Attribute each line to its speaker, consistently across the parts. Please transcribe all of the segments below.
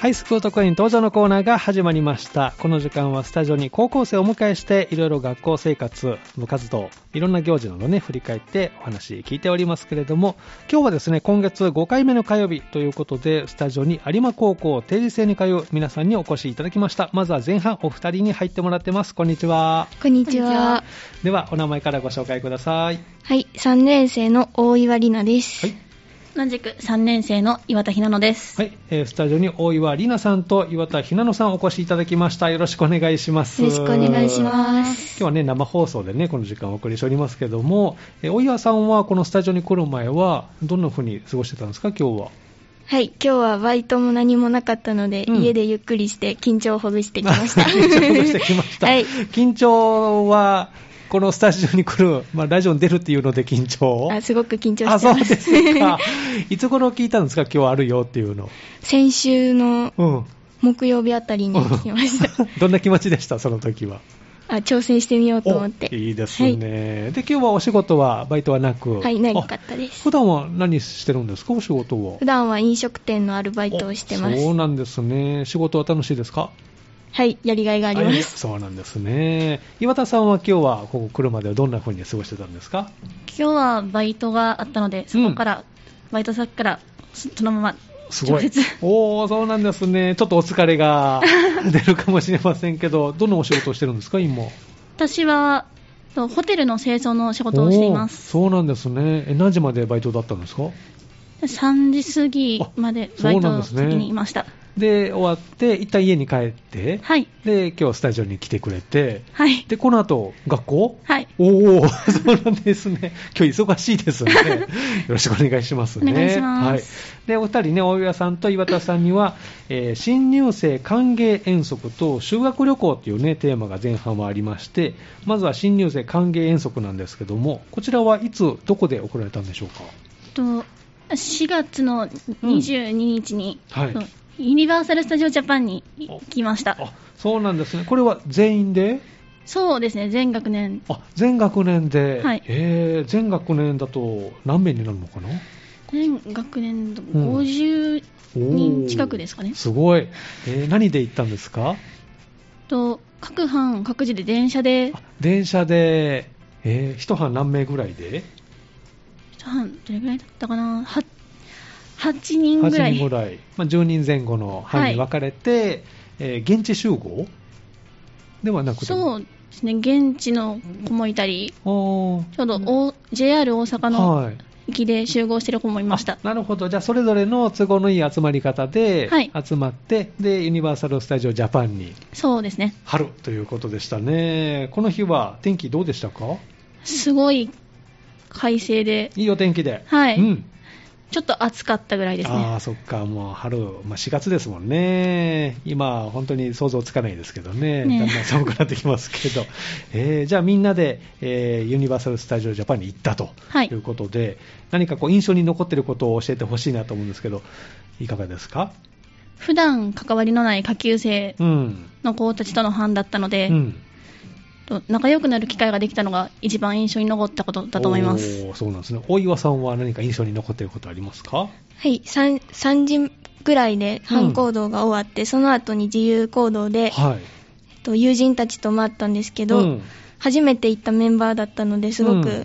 Speaker 1: ハイスクール特派員登場のコーナーが始まりました。この時間はスタジオに高校生をお迎えして、いろいろ学校生活、部活動、いろんな行事などね、振り返ってお話聞いておりますけれども、今日はですね、今月5回目の火曜日ということで、スタジオに有馬高校定時制に通う皆さんにお越しいただきました。まずは前半お二人に入ってもらってます。こんにちは。
Speaker 2: こんにちは。
Speaker 1: では、お名前からご紹介ください。
Speaker 2: はい、3年生の大岩里奈です。
Speaker 1: はい
Speaker 3: 同じく3年生の岩田ひなのです。
Speaker 1: はい、えースタジオに大岩里奈さんと岩田ひなのさんお越しいただきました。よろしくお願いします。
Speaker 2: よろしくお願いします
Speaker 1: 今
Speaker 2: す。
Speaker 1: 日はね、生放送でね、この時間をお送りしておりますけども、えー大岩さんはこのスタジオに来る前は、どんな風に過ごしてたんですか、今日は。
Speaker 2: はい、今日はバイトも何もなかったので、
Speaker 1: うん
Speaker 2: 家でゆっくりして緊張をほぐしてきました。
Speaker 1: 緊張してきました。
Speaker 2: はい
Speaker 1: 緊張は、このスタジオに来る、まあ、ラジオに出るっていうので緊張
Speaker 2: あすごく緊張
Speaker 1: あ、
Speaker 2: して
Speaker 1: そう
Speaker 2: ま。
Speaker 1: ですすか。 いつ頃聞いたんですか、今日あるよっていうの。
Speaker 2: 先週の
Speaker 1: うん。
Speaker 2: 木曜日あたりに聞きました。
Speaker 1: どんな気持ちでした、その時は。
Speaker 2: あ挑戦してみようと思って。
Speaker 1: おいいですね、で今日はお仕事はバイトはなく
Speaker 2: はい、はい、なか
Speaker 1: あ
Speaker 2: ったです
Speaker 1: 普。段は何してるんですかお仕事は
Speaker 2: 普段は飲食店のアルバイトをしてま
Speaker 1: お
Speaker 2: す
Speaker 1: そう。なんですね仕事は楽しいですか
Speaker 2: はい、やりがいがありま
Speaker 1: いや
Speaker 2: す。
Speaker 1: そうなんですね岩田さんは今日はここ来るまではどんな風に過ごしてたんですか
Speaker 3: 今日はバイトがあったので、そこから、バイト先から、そそのまま、
Speaker 1: すご
Speaker 3: 直
Speaker 1: い
Speaker 3: 接
Speaker 1: おおそうなんですねちょっとお疲 れが出るかもしれませんけどどんなお仕事をしてるんですか今
Speaker 3: 私は、とホテルの清掃の仕事をしています。
Speaker 1: おーそうなんですねえ何時までバイトだったんですか
Speaker 3: 3時過ぎまで
Speaker 1: あ
Speaker 3: バ
Speaker 1: そう
Speaker 3: イ
Speaker 1: なん
Speaker 3: ト
Speaker 1: ですね
Speaker 3: 先にいました。
Speaker 1: で終わって一旦家に帰って
Speaker 3: はい。
Speaker 1: で今日スタジオに来てくれて
Speaker 3: はい。
Speaker 1: でこの後学校
Speaker 3: はい。
Speaker 1: おお、そうなんですね。今日忙しいです ね。よろしくお願いしますね。
Speaker 3: お願いします
Speaker 1: はい。で、お二人ね、大岩さんと岩田さんには、えー新入生歓迎遠足と修学旅行というね、テーマが前半はありまして、まずは新入生歓迎遠足なんですけども、こちらはいつ、どこで行われたんでしょうか
Speaker 3: と4月の22日に、
Speaker 1: はい
Speaker 3: とユニバーサル・スタジオ・ジャパンに行きました。
Speaker 1: あ、そうなんですね。これは全員で
Speaker 3: そうですね、全学年
Speaker 1: あ、全学年で。
Speaker 3: はい
Speaker 1: えー全学年だと何名になるのかな
Speaker 3: 全学年度
Speaker 1: うん
Speaker 3: 50人近くですかね、
Speaker 1: すごい、えー何で行ったんですか
Speaker 3: と各班各自で電車で
Speaker 1: あ電車で、えー一班何名ぐらいで
Speaker 3: 一班どれぐらいだったかなは 8, 人ぐら
Speaker 1: 8
Speaker 3: い
Speaker 1: 人ぐらい、まあ、10人前後の班に分かれて、えー現地集合ではなくて
Speaker 3: そうですね現地の子もいたり
Speaker 1: おー
Speaker 3: ちょうど、お JR 大阪の
Speaker 1: はい、
Speaker 3: 駅で集合してる子もいました、
Speaker 1: なるほどじゃあそれぞれの都合のいい集まり方で
Speaker 3: はい
Speaker 1: 集まって、でユニバーサル・スタジオ・ジャパンに
Speaker 3: そうですね
Speaker 1: 春ということでしたねこの日は天気どうでしたか
Speaker 3: すごい快晴で
Speaker 1: いいお天気で、
Speaker 3: はい
Speaker 1: うん、
Speaker 3: ちょっと暑かったぐらいです
Speaker 1: あ
Speaker 3: ね
Speaker 1: あ、そっか、もう春、まあ、4月ですもんね。今、本当に想像つかないですけどね。
Speaker 3: ね
Speaker 1: だんだん寒くなってきますけど。えーじゃあみんなで、えーユニバーサル・スタジオ・ジャパンに行ったと
Speaker 3: はい
Speaker 1: いうことで、何かこう印象に残っていることを教えてほしいなと思うんですけど、いかがですか
Speaker 3: 普段関わりのない下級生
Speaker 1: うん。
Speaker 3: の子たちとの班だったので、
Speaker 1: うん
Speaker 3: と仲良くなる機会ができたのが一番印象に残ったことだと思います。
Speaker 1: おーそうなんですね。大岩さんは何か印象に残っていることありますか
Speaker 2: はい、3, 3時ぐらいで班行動が終わって、その後に自由行動で、
Speaker 1: はい。
Speaker 2: えっと友人たちとも会ったんですけど、
Speaker 1: うん
Speaker 2: 初めて行ったメンバーだったのですご
Speaker 1: うん
Speaker 2: く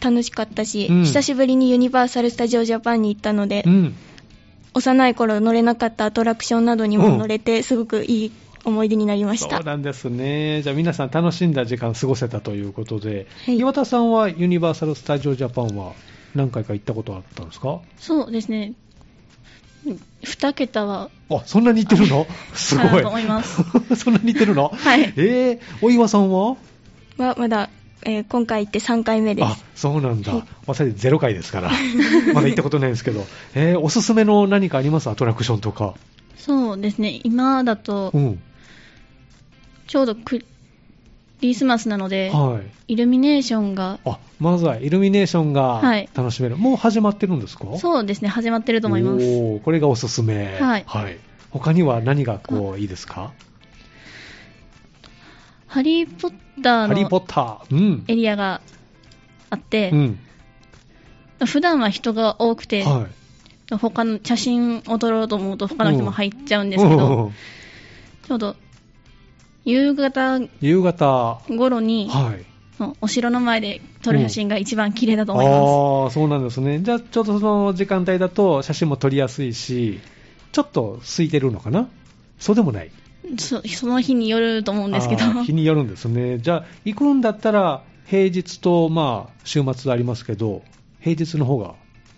Speaker 2: 楽しかったし、
Speaker 1: うん
Speaker 2: 久しぶりにユニバーサル・スタジオ・ジャパンに行ったので、
Speaker 1: うん。
Speaker 2: 幼い頃乗れなかったアトラクションなどにも乗れて、すごくいい思い出になりました
Speaker 1: そうなんですね。じゃあ皆さん楽しんだ時間過ごせたということで、
Speaker 2: はい
Speaker 1: 岩田さんはユニバーサル・スタジオ・ジャパンは何回か行ったことあったんですか
Speaker 3: そうですね。2桁は、
Speaker 1: あ、そんなに行ってるのすご。
Speaker 3: かないと思いま
Speaker 1: そんなに行ってるの
Speaker 3: はい
Speaker 1: えー、お岩さんは
Speaker 2: はまだ、えー今回行って3回目で
Speaker 1: あ
Speaker 2: す、
Speaker 1: そうなんだ
Speaker 2: はい。
Speaker 1: 私ゼロ回ですから。まだ行ったことないんですけど。えー、おすすめの何かありますアトラクションとか。
Speaker 3: そうですね、今だと
Speaker 1: う、ん。
Speaker 3: ちょうどクリスマスなので、
Speaker 1: はい。
Speaker 3: イルミネーションが、
Speaker 1: あ、まずはイルミネーションが
Speaker 3: はい
Speaker 1: 楽しめる。もう始まってるんですか
Speaker 3: そうですね、始まってると思います。
Speaker 1: おーこれがおすすめ。
Speaker 3: はい
Speaker 1: 他には何がこういいですか
Speaker 3: ハリー・ポッター
Speaker 1: ハリー・ポ
Speaker 3: の
Speaker 1: ッター。うん。
Speaker 3: エリアがあって
Speaker 1: う、ん。
Speaker 3: 普段は人が多くて、
Speaker 1: は
Speaker 3: 他の写真を撮ろうと思うと他の人も入っちゃうんですけ
Speaker 1: うんうんう
Speaker 3: ど
Speaker 1: ん
Speaker 3: ちょうど夕方
Speaker 1: 夕方、は
Speaker 3: 頃に
Speaker 1: い。
Speaker 3: のお城の前で撮る写真が一番綺麗だと思いま
Speaker 1: ああ、そうなんですね。じゃあ、ちょっとその時間帯だと写真も撮りやすいし、ちょっと空いてるのかなそうでもない。
Speaker 3: す、そその日によると思うんですけど
Speaker 1: あー日によるんですね。じゃあ、行くんだったら、平日と、まあ、週末ありますけど、平日の方が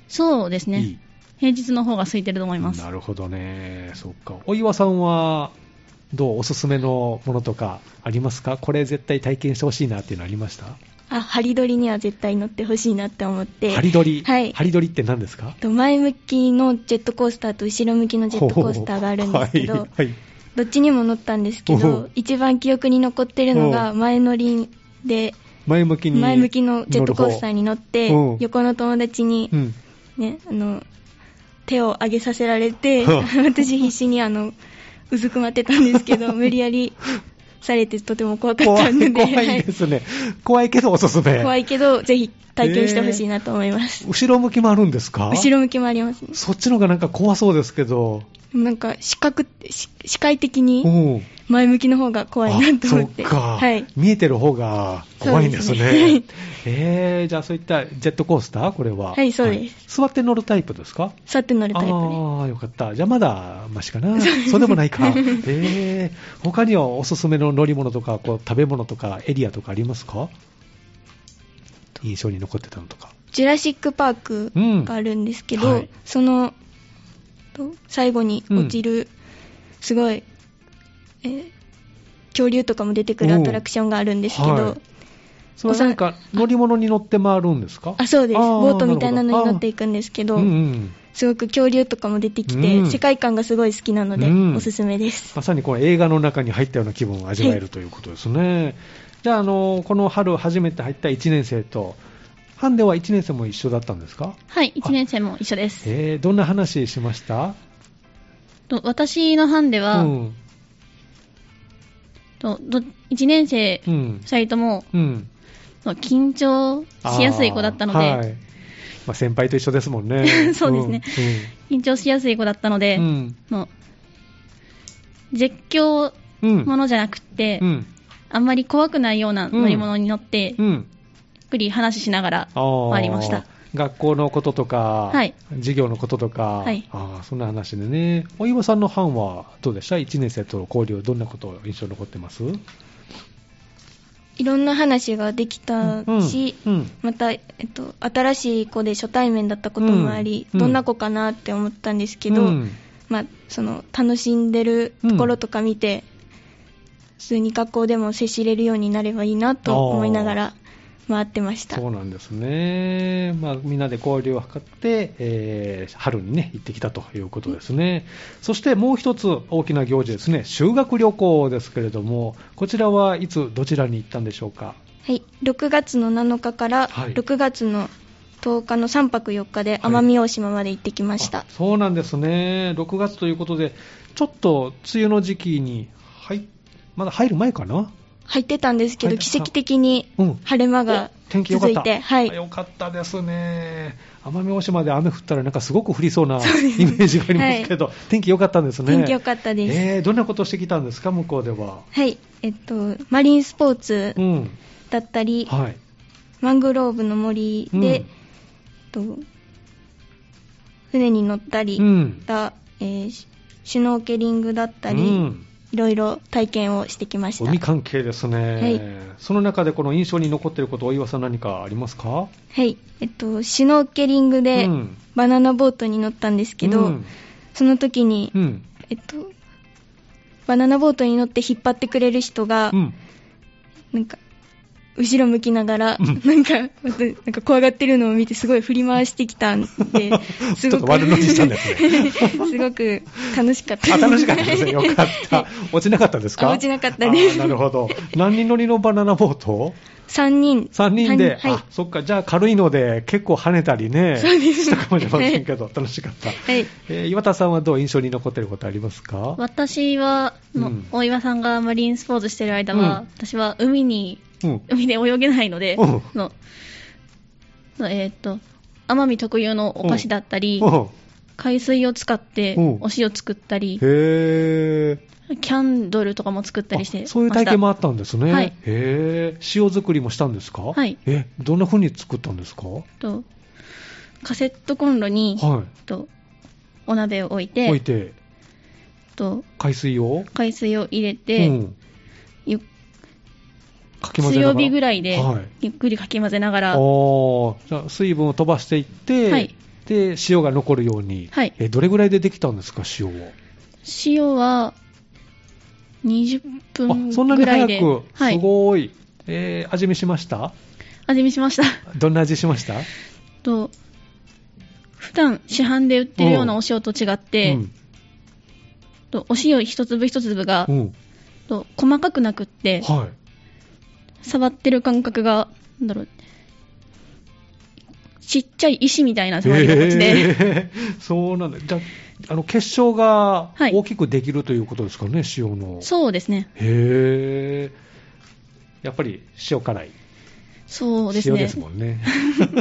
Speaker 3: そうです
Speaker 1: い
Speaker 3: ね
Speaker 1: い。
Speaker 3: 平日の方が空いてると思います
Speaker 1: なるほどね。そっか。お岩さんは、どうおすすめのものとかありますかこれ絶対体験してほしいなっていうのありました
Speaker 4: あ、ハリドリには絶対乗ってほしいなって思って。
Speaker 1: ハリドリ。
Speaker 4: はい
Speaker 1: ハリドリって何ですか
Speaker 4: と前向きのジェットコースターと後ろ向きのジェットコースターがあるんですけど、
Speaker 1: ほうはい。はい
Speaker 4: どっちにも乗ったんですけ
Speaker 1: ほ
Speaker 4: ど
Speaker 1: う、
Speaker 4: 一番記憶に残ってるの
Speaker 1: う
Speaker 4: が前乗りで、
Speaker 1: 前向きに。
Speaker 4: 前向きのジェットコースターに乗って
Speaker 1: うん、
Speaker 4: 横の友達に
Speaker 1: う、ん。
Speaker 4: ね、あの、手を上げさせられて、
Speaker 1: はあ
Speaker 4: 私必死にあの、うずくまってたんですけ ど、無理やりされてとても怖かっ
Speaker 1: 怖
Speaker 4: た
Speaker 1: い、
Speaker 4: ので、
Speaker 1: 怖いですね。怖いけどおすす
Speaker 4: は
Speaker 1: め。
Speaker 4: い怖いけど、ぜひ体験してほしいなと思います。
Speaker 1: 後ろ向きもあるんですか
Speaker 4: 後ろ向きもありますね。
Speaker 1: そっちの方がなんか怖そうですけど。
Speaker 4: なんか、視覚、し視界的に、
Speaker 1: うん。
Speaker 4: 前向きの方が怖いなと思って。
Speaker 1: あそっか、
Speaker 4: はい。
Speaker 1: 見えてる方が怖いんですね。
Speaker 4: そうですね
Speaker 1: えー、じゃあそういったジェットコースターこれは。
Speaker 4: はいそうです
Speaker 1: 座って乗るタイプですか
Speaker 4: 座って乗るタイプで。
Speaker 1: ああ、よかった。じゃあまだマシかな。そうでもないか。えー、他にはおすすめの乗り物とか、こう食べ物とか、エリアとかありますか印象に残ってたのとか。
Speaker 4: ジュラシック・パークがあるんですけど、
Speaker 1: うんはい
Speaker 4: その、と最後に落ちる、すごい、えー恐竜とかも出てくるアトラクションがあるんですけど、
Speaker 1: おうはいそれはなんか乗り物に乗って回るんですか
Speaker 4: あ、そうです。
Speaker 1: あ
Speaker 4: ボートみたいなのに乗ってい
Speaker 1: く
Speaker 4: くんですけ
Speaker 1: と
Speaker 4: ど、
Speaker 1: うんうん。
Speaker 4: すごく恐竜とかも出てきて、
Speaker 1: うん
Speaker 4: 世界観がすごい好きなので、
Speaker 1: うん
Speaker 4: おすすめです。
Speaker 1: まさにこの映画の中に入ったような気分を味わえるということですね。じゃあ、あの、この春初めて入った1年生と、ハンデは1年生も一緒だったんですか
Speaker 3: はい1年生も一緒です
Speaker 1: えー、どんな話しました
Speaker 3: と私の班で
Speaker 1: う
Speaker 3: は、
Speaker 1: ん。
Speaker 3: とど1年生
Speaker 1: うん。
Speaker 3: 2人とも
Speaker 1: うん。
Speaker 3: と緊張しやすい子だったので、
Speaker 1: あーはいまあ、先輩と一緒ですもんね。
Speaker 3: そうですね緊張しやすい子だったの
Speaker 1: う
Speaker 3: で、
Speaker 1: ん。うん。
Speaker 3: の絶叫
Speaker 1: うん。
Speaker 3: ものじゃなくて、
Speaker 1: うん。
Speaker 3: あんまり怖くないような乗り物に乗って、
Speaker 1: う
Speaker 3: ゆっ
Speaker 1: ん。
Speaker 3: くり話ししながら
Speaker 1: ー
Speaker 3: 回りました。
Speaker 1: 学校のこととか、
Speaker 3: はい
Speaker 1: 授業のこととか、
Speaker 3: はい
Speaker 1: あーそんな話でね、お岩さんの班はどうでした ?1 年生との交流、どんなこと印象に残ってます
Speaker 4: いろんな話ができたし、
Speaker 1: うんうん
Speaker 4: また、えっと、新しい子で初対面だったこともあり、
Speaker 1: うん
Speaker 4: どんな子かなって思ったんですけど、
Speaker 1: うん
Speaker 4: まあ、その楽しんでるところとか見て、普通に学校でも接しれるようになればいいなと思いながら回ってました。
Speaker 1: そうなんですね、まあ、みんなで交流を図って、えー春に、ね、行ってきたということですね、そしてもう一つ大きな行事ですね、修学旅行ですけれども、こちらはいつ、どちらに行ったんでしょうか。
Speaker 4: はい、6月の7日から
Speaker 1: はい
Speaker 4: 6月の10日の3泊4日で
Speaker 1: い
Speaker 4: 奄美大島まで行ってきました。
Speaker 1: あそうなんですね、6月ということで、ちょっと梅雨の時期に、はい、まだ入る前かな、
Speaker 4: 入ってたんですけ
Speaker 1: 入
Speaker 4: ど、
Speaker 1: って
Speaker 4: 奇跡的に
Speaker 1: うん
Speaker 4: 晴れ間が
Speaker 1: お天気良か
Speaker 4: 続
Speaker 1: った、
Speaker 4: いて、はい、
Speaker 1: あよかったですね、奄美大島で雨降ったら、なんかすごく降りそうなイメージがありますけど、天気良かったんですね。
Speaker 4: 天気良かったです。
Speaker 1: えーどんなことをしてきたんですか、向こうでは。
Speaker 4: はい、えっと、マリンスポーツ
Speaker 1: うん、
Speaker 4: だったり、
Speaker 1: はい、
Speaker 4: マングローブの森
Speaker 1: うん
Speaker 4: で、と船に乗ったり、
Speaker 1: うん
Speaker 4: またえーシシュノーケリングだったり、
Speaker 1: うん
Speaker 4: いろいろ体験をしてきました。
Speaker 1: 海関係ですね、
Speaker 4: はい
Speaker 1: その中でこの印象に残っていること、お岩さん、何かありますか
Speaker 4: はい、えっと、シュノーケリングで
Speaker 1: うん
Speaker 4: バナナボートに乗ったんですけど、
Speaker 1: うん
Speaker 4: その時に、
Speaker 1: うん
Speaker 4: えっと、バナナボートに乗って引っ張ってくれる人が、
Speaker 1: うん
Speaker 4: なんか、後ろ向きながら、
Speaker 1: うん、
Speaker 4: なんか、またなんか怖がってるのを見て、すごい振り回してきたんで す
Speaker 1: ちょっ
Speaker 4: ご
Speaker 1: と
Speaker 4: く、
Speaker 1: 悪乗りしたんですね
Speaker 4: すごく楽しかった
Speaker 1: あ楽しかった ですね、よかった、落ちなかったですか
Speaker 4: あ落ちなかったです
Speaker 1: あーなるほど、何人乗りのバナナボート
Speaker 4: 3人。
Speaker 1: 3人で、
Speaker 4: 三はい
Speaker 1: あ。そっか、じゃあ軽いので、結構跳ねたりね、したかもしれませんけど、楽しかった、
Speaker 4: はい。
Speaker 1: えー岩田さんはどう印象に残っていることありますか
Speaker 3: 私は、の
Speaker 1: うん
Speaker 3: 大岩さんがマリンスポーツしてる間は、
Speaker 1: うん
Speaker 3: 私は海に、
Speaker 1: うん
Speaker 3: 海で泳げないので、
Speaker 1: うん
Speaker 3: ののえーっと、奄美特有のお菓子だったり、
Speaker 1: うん
Speaker 3: 海水を使って
Speaker 1: うん
Speaker 3: お塩作ったり、
Speaker 1: へえ。
Speaker 3: キャンドルとかも作ったりして
Speaker 1: あそういう体験もあったんですね。
Speaker 3: はい
Speaker 1: へえ。塩作りもしたんですか
Speaker 3: はい
Speaker 1: え、どんな風に作ったんですかは
Speaker 3: とカセットコンロに、とお鍋を置い
Speaker 1: い。
Speaker 3: て
Speaker 1: 置いて、
Speaker 3: と
Speaker 1: 海水を
Speaker 3: 海水を入れて、
Speaker 1: うん、
Speaker 3: ゆっ
Speaker 1: かき混ぜなが
Speaker 3: 強
Speaker 1: ら
Speaker 3: 火ぐらいで
Speaker 1: はい。
Speaker 3: ゆっくりかき混ぜなが
Speaker 1: あ
Speaker 3: ら、
Speaker 1: ーじゃあ水分を飛ばしていって、
Speaker 3: はい
Speaker 1: で塩が残るように、
Speaker 3: はい
Speaker 1: えどれぐらいでできたんですか、塩を。
Speaker 3: 塩は20分
Speaker 1: あそんなに
Speaker 3: ぐら
Speaker 1: 早
Speaker 3: い
Speaker 1: く、
Speaker 3: です
Speaker 1: ごい、えー味見しました
Speaker 3: 味見しました
Speaker 1: どんな味しました
Speaker 3: と普段市販で売ってるようなお塩と違って、
Speaker 1: うん
Speaker 3: とお塩一粒一粒が、
Speaker 1: うん
Speaker 3: と細かくなくって
Speaker 1: はい、
Speaker 3: 触ってる感覚がなんだろうちっちゃい石みたいな触り心地で、
Speaker 1: えー そうなんだ、じゃああの結晶が
Speaker 3: はい
Speaker 1: 大きくできるということですかね、塩の。
Speaker 3: そうですね
Speaker 1: へえやっぱり塩辛い、
Speaker 3: そうです
Speaker 1: 塩
Speaker 3: ね
Speaker 1: ですもんね。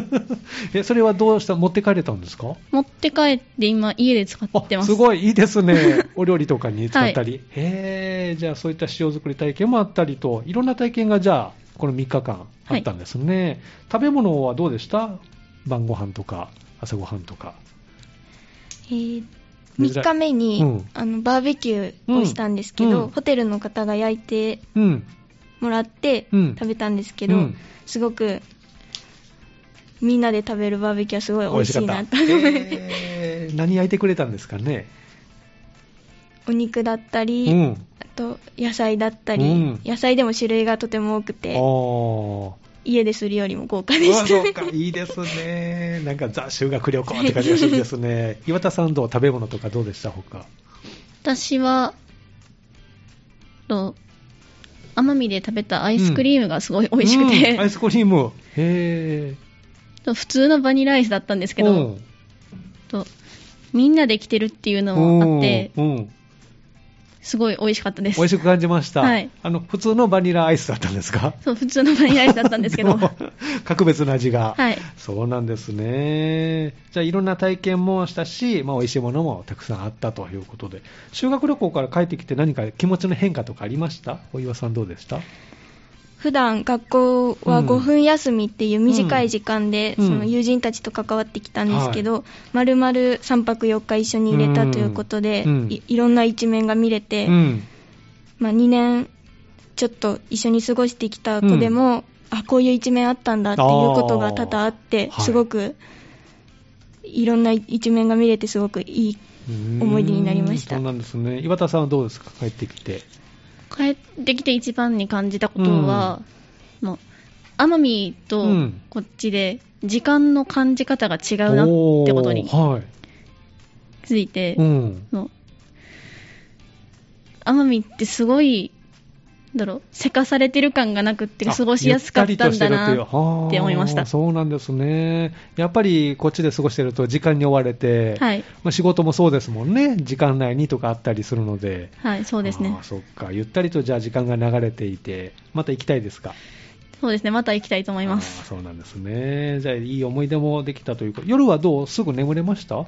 Speaker 1: えそれはどうした、持って帰れたんですか
Speaker 3: 持って帰って今家で使って
Speaker 1: あ
Speaker 3: ます
Speaker 1: すごいいいですね、 お料理とかに使ったり、
Speaker 3: は
Speaker 1: へえじゃあそういった塩作り体験もあったりと、いろんな体験がじゃあ、この3日間あったんですね、食べ物はどうでした晩ご飯とか朝ご飯とか、
Speaker 4: えー3日目に、
Speaker 1: うん
Speaker 4: あのバーベキューをしたんですけど、
Speaker 1: うん
Speaker 4: ホテルの方が焼いて
Speaker 1: うん、
Speaker 4: もらって
Speaker 1: うん
Speaker 4: 食べたんですけど、
Speaker 1: うん
Speaker 4: すごくみんなで食べるバーベキューはすごい美味しいなと
Speaker 1: 美味しかったへー何焼いてくれたんですかね、
Speaker 4: お肉だった
Speaker 1: う
Speaker 4: り、
Speaker 1: ん、
Speaker 4: あと野菜だったり、
Speaker 1: うん
Speaker 4: 野菜でも種類がとても多く
Speaker 1: あ
Speaker 4: て
Speaker 1: ー
Speaker 4: 家でするよりも豪華で
Speaker 1: うわ
Speaker 4: し
Speaker 1: そう
Speaker 4: た
Speaker 1: か
Speaker 4: ね
Speaker 1: いいですね、なんかザ・修学旅行って感じがしていいです ね、岩田さん、どう食べ物とかどうでした、ほか。
Speaker 3: 私はと奄美で食べたアイスクリームがすごい美味しくて、
Speaker 1: うんアイスクリーム、へー
Speaker 3: と普通のバニラアイスだったんですけど、
Speaker 1: うん
Speaker 3: とみんなで来てるっていうのもあって
Speaker 1: うんうん
Speaker 3: すごい美味しかったで
Speaker 1: 美味
Speaker 3: す
Speaker 1: しく感じました、
Speaker 3: はい
Speaker 1: あの普通のバニラアイスだったんですか
Speaker 3: そう普通のバニラアイスだったんですけ ど
Speaker 1: も格別な味が、
Speaker 3: はい
Speaker 1: そうなんですねじゃあいろんな体験もしたし、まあ、美味しいものもたくさんあったということで修学旅行から帰ってきて何か気持ちの変化とかありましたお岩さんどうでした
Speaker 4: 普段学校は
Speaker 1: うん
Speaker 4: 5分休みっていう短い時間で、
Speaker 1: うん
Speaker 4: その友人たちと関わってきたんですけど、丸々3泊4日一緒に入れたということで、
Speaker 1: うんうん
Speaker 4: いいろんな一面が見れて、
Speaker 1: うん
Speaker 4: まあ、2年ちょっと一緒に過ごしてきた子でも、あこういう一面あったんだっていうことが多々あって
Speaker 1: あー
Speaker 4: すごくいろんな一面が見れてすごくいい思い出になりました
Speaker 1: うんそうなんですね岩田さんはどうですか帰ってきて
Speaker 3: 帰ってきて一番に感じたことは、もう奄美と
Speaker 1: うん
Speaker 3: こっちで時間の感じ方が違うなってことに
Speaker 1: おーはい
Speaker 3: ついて、
Speaker 1: うん
Speaker 3: の奄美ってすごいなんだろうせかされてる感がなくって
Speaker 1: あ
Speaker 3: 過ごしやすかったんだな
Speaker 1: ゆりとしてるという
Speaker 3: って思いまし
Speaker 1: あー
Speaker 3: た
Speaker 1: そうなんですね。やっぱりこっちで過ごしてると時間に追われて、
Speaker 3: はい
Speaker 1: まあ仕事もそうですもんね。時間内にとかあったりするので。
Speaker 3: はいそうですね
Speaker 1: あーそっか。ゆったりとじゃあ時間が流れていて、また行きたいですか
Speaker 3: そうですねまた行きたいと思いま
Speaker 1: あー
Speaker 3: す
Speaker 1: そうなんですね。じゃあいい思い出もできたというか、夜はどうすぐ眠れま した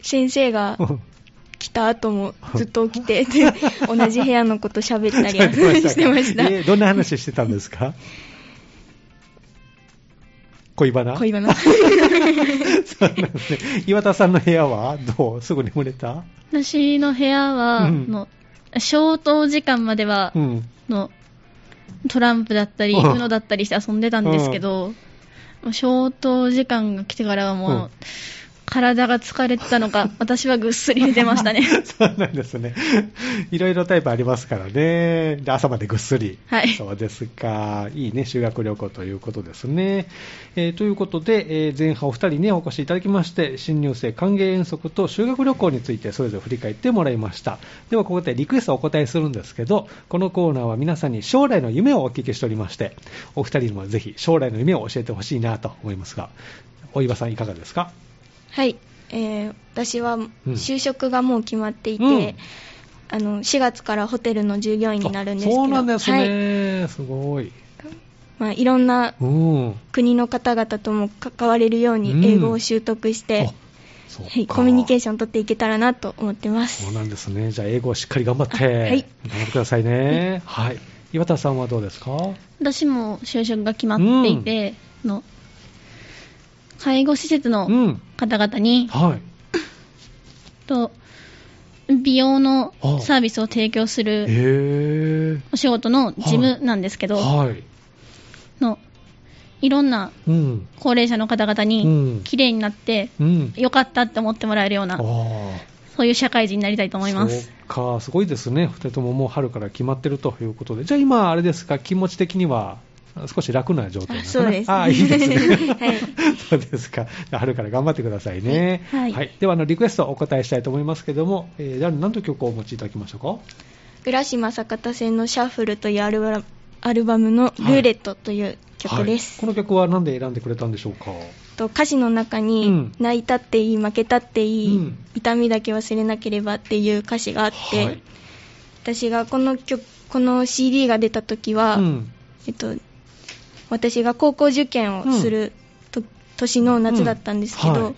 Speaker 4: 先生が来た後もずっと起き てで同じ部屋のこと喋ったりしてました
Speaker 1: えーどんな話してたんです か恋バナ
Speaker 4: 恋バナ
Speaker 1: そうなんですね。 岩田さんの部屋はどうすぐ眠れた
Speaker 3: 私の部屋は、
Speaker 1: うん
Speaker 3: の消灯時間までは、
Speaker 1: うん。
Speaker 3: のトランプだったり、
Speaker 1: うん
Speaker 3: ウノだったりして遊んでたんですけど、もう消灯時間が来てからはもう、
Speaker 1: うん
Speaker 3: 体が疲れてた のか、私はぐっすり寝てましたね。
Speaker 1: そうなんですね。いろいろタイプありますからね。で朝までぐっすり。
Speaker 3: はい
Speaker 1: そうですか。いいね、修学旅行ということですね。えーということで、えー前半お二人ね、お越しいただきまして、新入生歓迎遠足と修学旅行についてそれぞれ振り返ってもらいました。では、ここでリクエストをお答えするんですけど、このコーナーは皆さんに将来の夢をお聞きしておりまして、お二人にもぜひ将来の夢を教えてほしいなと思いますが、お岩さんいかがですか
Speaker 4: はい、えー私は就職がもう決まっていて、
Speaker 1: うん
Speaker 4: あの4月からホテルの従業員になるんですけど
Speaker 1: あそうなんです
Speaker 4: はい
Speaker 1: ね。すごい。
Speaker 4: まあ、いろんな
Speaker 1: うん。
Speaker 4: 国の方々とも関われるよう
Speaker 1: うん
Speaker 4: に英語を習得して、
Speaker 1: あそう
Speaker 2: はい、コミュニケー
Speaker 1: シ
Speaker 2: ション取っていけたらなと思ってま
Speaker 1: そ
Speaker 2: す
Speaker 1: う。なんですね。じゃあ、英語をしっかり頑張って、
Speaker 2: あはい
Speaker 1: 頑張ってくださいね。はい。岩田さんはどうですか
Speaker 3: 私も就職が決まっていて、あの介護施設の
Speaker 1: うん。
Speaker 3: 方々に、
Speaker 1: はい。
Speaker 3: と美容の
Speaker 1: あ
Speaker 3: サービスを提供す
Speaker 1: へ
Speaker 3: る
Speaker 1: え。
Speaker 3: お仕事の事務なんですけど、
Speaker 1: はい。
Speaker 3: のいろんな
Speaker 1: うん。
Speaker 3: 高齢者の方々
Speaker 1: う
Speaker 3: に
Speaker 1: ん。
Speaker 3: 綺麗になって
Speaker 1: うん。
Speaker 3: 良かったって思ってもらえるような、
Speaker 1: ああ。
Speaker 3: そういう社会人になりたいと思います。
Speaker 1: そうか、すごいですね。二人とももう春から決まってるということで。じゃあ今、あれですか、気持ち的には少し楽な状態なのかな
Speaker 2: そうです
Speaker 1: あ、いいですね。
Speaker 2: はい
Speaker 1: そうですか。春から頑張ってくださいね。
Speaker 3: はい
Speaker 1: では、あの、リクエストお答えしたいと思いますけども、えー、じゃあ何と曲をお持ちいただきましたか
Speaker 2: 浦島坂田線のシャッフルというアルバムアルバムのルーレットという曲です。
Speaker 1: はいこの曲は何で選んでくれたんでしょうか
Speaker 2: と歌詞の中
Speaker 1: う
Speaker 2: に
Speaker 1: ん
Speaker 2: 「泣いたっていい負けたっていい、
Speaker 1: うん
Speaker 2: 痛みだけ忘れなければ」っていう歌詞があって、
Speaker 1: はい
Speaker 2: 私がこの曲この CD が出た時は、
Speaker 1: うん。
Speaker 2: えっと、私が高校受験をすると、年の夏だったんですけど、
Speaker 1: うんはい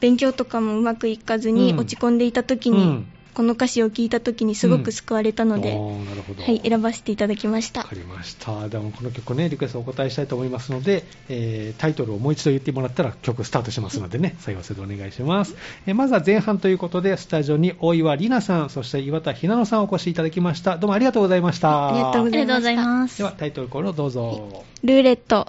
Speaker 2: 勉強とかもうまくいかずに
Speaker 1: うん
Speaker 2: 落ち込んでいた時に、
Speaker 1: うん
Speaker 2: この歌詞を聞いた時にすごく救われたので、
Speaker 1: おーなるほど。
Speaker 2: はい、選ばせていただきまし
Speaker 1: わ
Speaker 2: た
Speaker 1: か。りました。でもこの曲ね、リクエストお答えしたいと思いますので、えータイトルをもう一度言ってもらったら曲スタートしますのでね、最後それでお願いします。えーまずは前半ということで、スタジオに大岩里奈さん、そして岩田ひなのさんをお越しいただきました。どうもありがとうございました。
Speaker 2: ありがとうご
Speaker 3: ありがとうございます
Speaker 1: で。はタイトルコールをどうぞ。
Speaker 2: ルーレット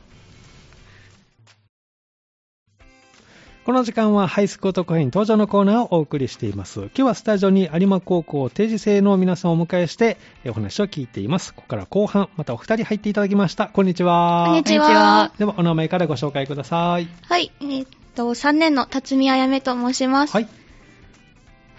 Speaker 1: この時間はハイスクートコイン登場のコーナーをお送りしています。今日はスタジオに有馬高校定時制の皆さんをお迎えしてえーお話を聞いています。ここから後半、またお二人入っていただきました。こんにちは。
Speaker 4: こんにち
Speaker 3: こんにちは
Speaker 4: は。
Speaker 1: ではお名前からご紹介ください。
Speaker 4: はい、えーっと、3年の辰巳あやめと申します。
Speaker 1: はい。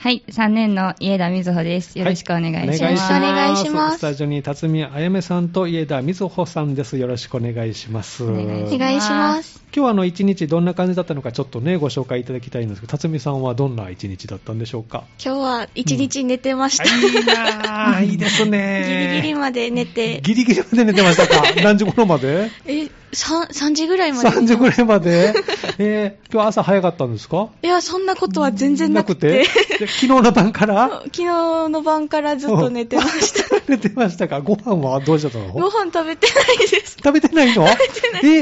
Speaker 5: はい、3年の家田瑞穂です。よろしくお願いし
Speaker 1: は
Speaker 5: ま
Speaker 4: い
Speaker 5: す。
Speaker 4: お願いします
Speaker 1: スタジオに辰巳あやめさんと家田瑞穂さんです。よろしくお願いします。
Speaker 5: お願いします
Speaker 4: お願いします。
Speaker 1: 今日はあの一日どんな感じだったのかちょっとねご紹介いただきたいんですけど、辰巳さんはどんな一日だったんでしょうか。
Speaker 2: 今日は一日寝てました、
Speaker 1: いいなあいいです ね。
Speaker 2: ギリギリまで寝て
Speaker 1: ギリギリまで寝てまし たか何時頃まで
Speaker 4: え、3、3時ぐらいまで。
Speaker 1: ?3 時ぐらいまでえー、今日朝早かったんですか
Speaker 2: いやそんなことは全然なくて
Speaker 1: で昨日の晩から
Speaker 2: 昨日の晩からずっと寝てました
Speaker 1: 寝てましたかご飯はどうしちゃった
Speaker 2: ご
Speaker 1: の
Speaker 2: 飯食べてないです
Speaker 1: 食べてないのえ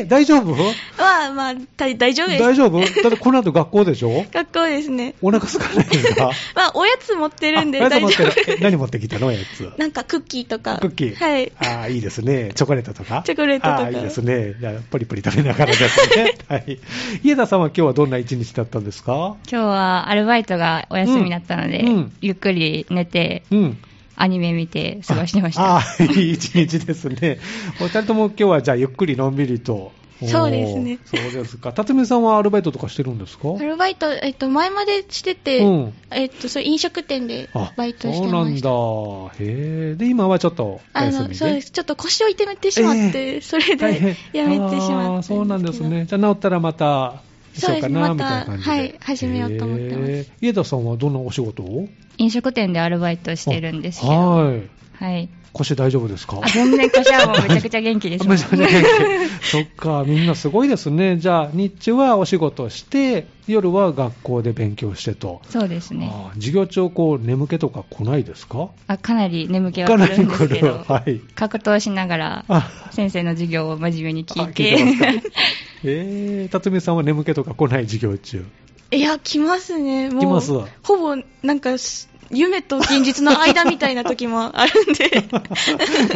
Speaker 1: ー大丈夫
Speaker 2: まあまあ大大丈夫です
Speaker 1: 大丈夫だってこの後学校でしょ
Speaker 2: 学校ですね
Speaker 1: お腹空かないんだ。
Speaker 2: まあおやつ持ってるんで
Speaker 1: あおや
Speaker 2: 大
Speaker 1: つ
Speaker 2: 丈
Speaker 1: 持ってる
Speaker 2: 夫
Speaker 1: え何持ってきたのおやつ。
Speaker 2: なんかクッキーとか
Speaker 1: クッキー。
Speaker 2: はい
Speaker 1: ああ、いいですね。チョコレートとか。
Speaker 2: チョコレートとか
Speaker 1: ああ、いいですね。じゃあ、ポリポリ食べながらですね。はい。家田さんは今日はどんな一日だったんですか
Speaker 5: 今日はアルバイトがお休みだったので、
Speaker 1: うんうん
Speaker 5: ゆっくり寝て、
Speaker 1: うん。
Speaker 5: アニメ見て過ごしてました。
Speaker 1: ああ、いい一日ですね。お二人とも今日はじゃあ、ゆっくりのんびりと。おー
Speaker 2: そうですね
Speaker 1: そうですか。辰巳さんはアルバイトとかしてるんですか
Speaker 4: アルバイト、えっと、前までしてて、
Speaker 1: うん
Speaker 4: えっと、そう飲食店で
Speaker 1: あ
Speaker 4: バイトしてました。
Speaker 1: そうなんだ。へえ。で、今はちょっとお
Speaker 4: あ
Speaker 1: 休み
Speaker 4: の、
Speaker 1: で。
Speaker 4: そうです。ちょっと腰を痛めてしまって、
Speaker 1: ええ
Speaker 4: それ
Speaker 1: 大
Speaker 4: で
Speaker 1: 変
Speaker 4: やめてしま
Speaker 1: あー
Speaker 4: った。
Speaker 1: そうなんです。ね。じゃあ治ったらまた、しようかな、み
Speaker 4: そうです
Speaker 1: たいな
Speaker 4: また
Speaker 1: 感じで。
Speaker 4: はい始めようと思ってます
Speaker 1: へー。家田さんはどんなお仕事を
Speaker 5: 飲食店でアルバイトしてるんですけど、
Speaker 1: はい。
Speaker 5: はい。
Speaker 1: 腰大丈夫です か
Speaker 5: あ全然こちらもめちゃくちゃ元気ですも
Speaker 1: あ
Speaker 5: ん。
Speaker 1: めちゃめちゃ 元気そっか、みんなすごいですね。じゃあ、日中はお仕事して、夜は学校で勉強してと。
Speaker 5: そうですね。
Speaker 1: あー授業中、こう、眠気とか来ないですか
Speaker 5: あかなり眠気は来るんですけど、
Speaker 1: かなり来るはい
Speaker 5: 格闘しながら
Speaker 1: あ
Speaker 5: 先生の授業を真面目に聞い
Speaker 1: あ
Speaker 5: て、
Speaker 1: 聞いてますかえー、辰巳さんは眠気とか来ない授業中。
Speaker 2: いや来ますねもう
Speaker 1: 来ます
Speaker 2: ほぼなんかす夢と現実の間みたいな時もあるん で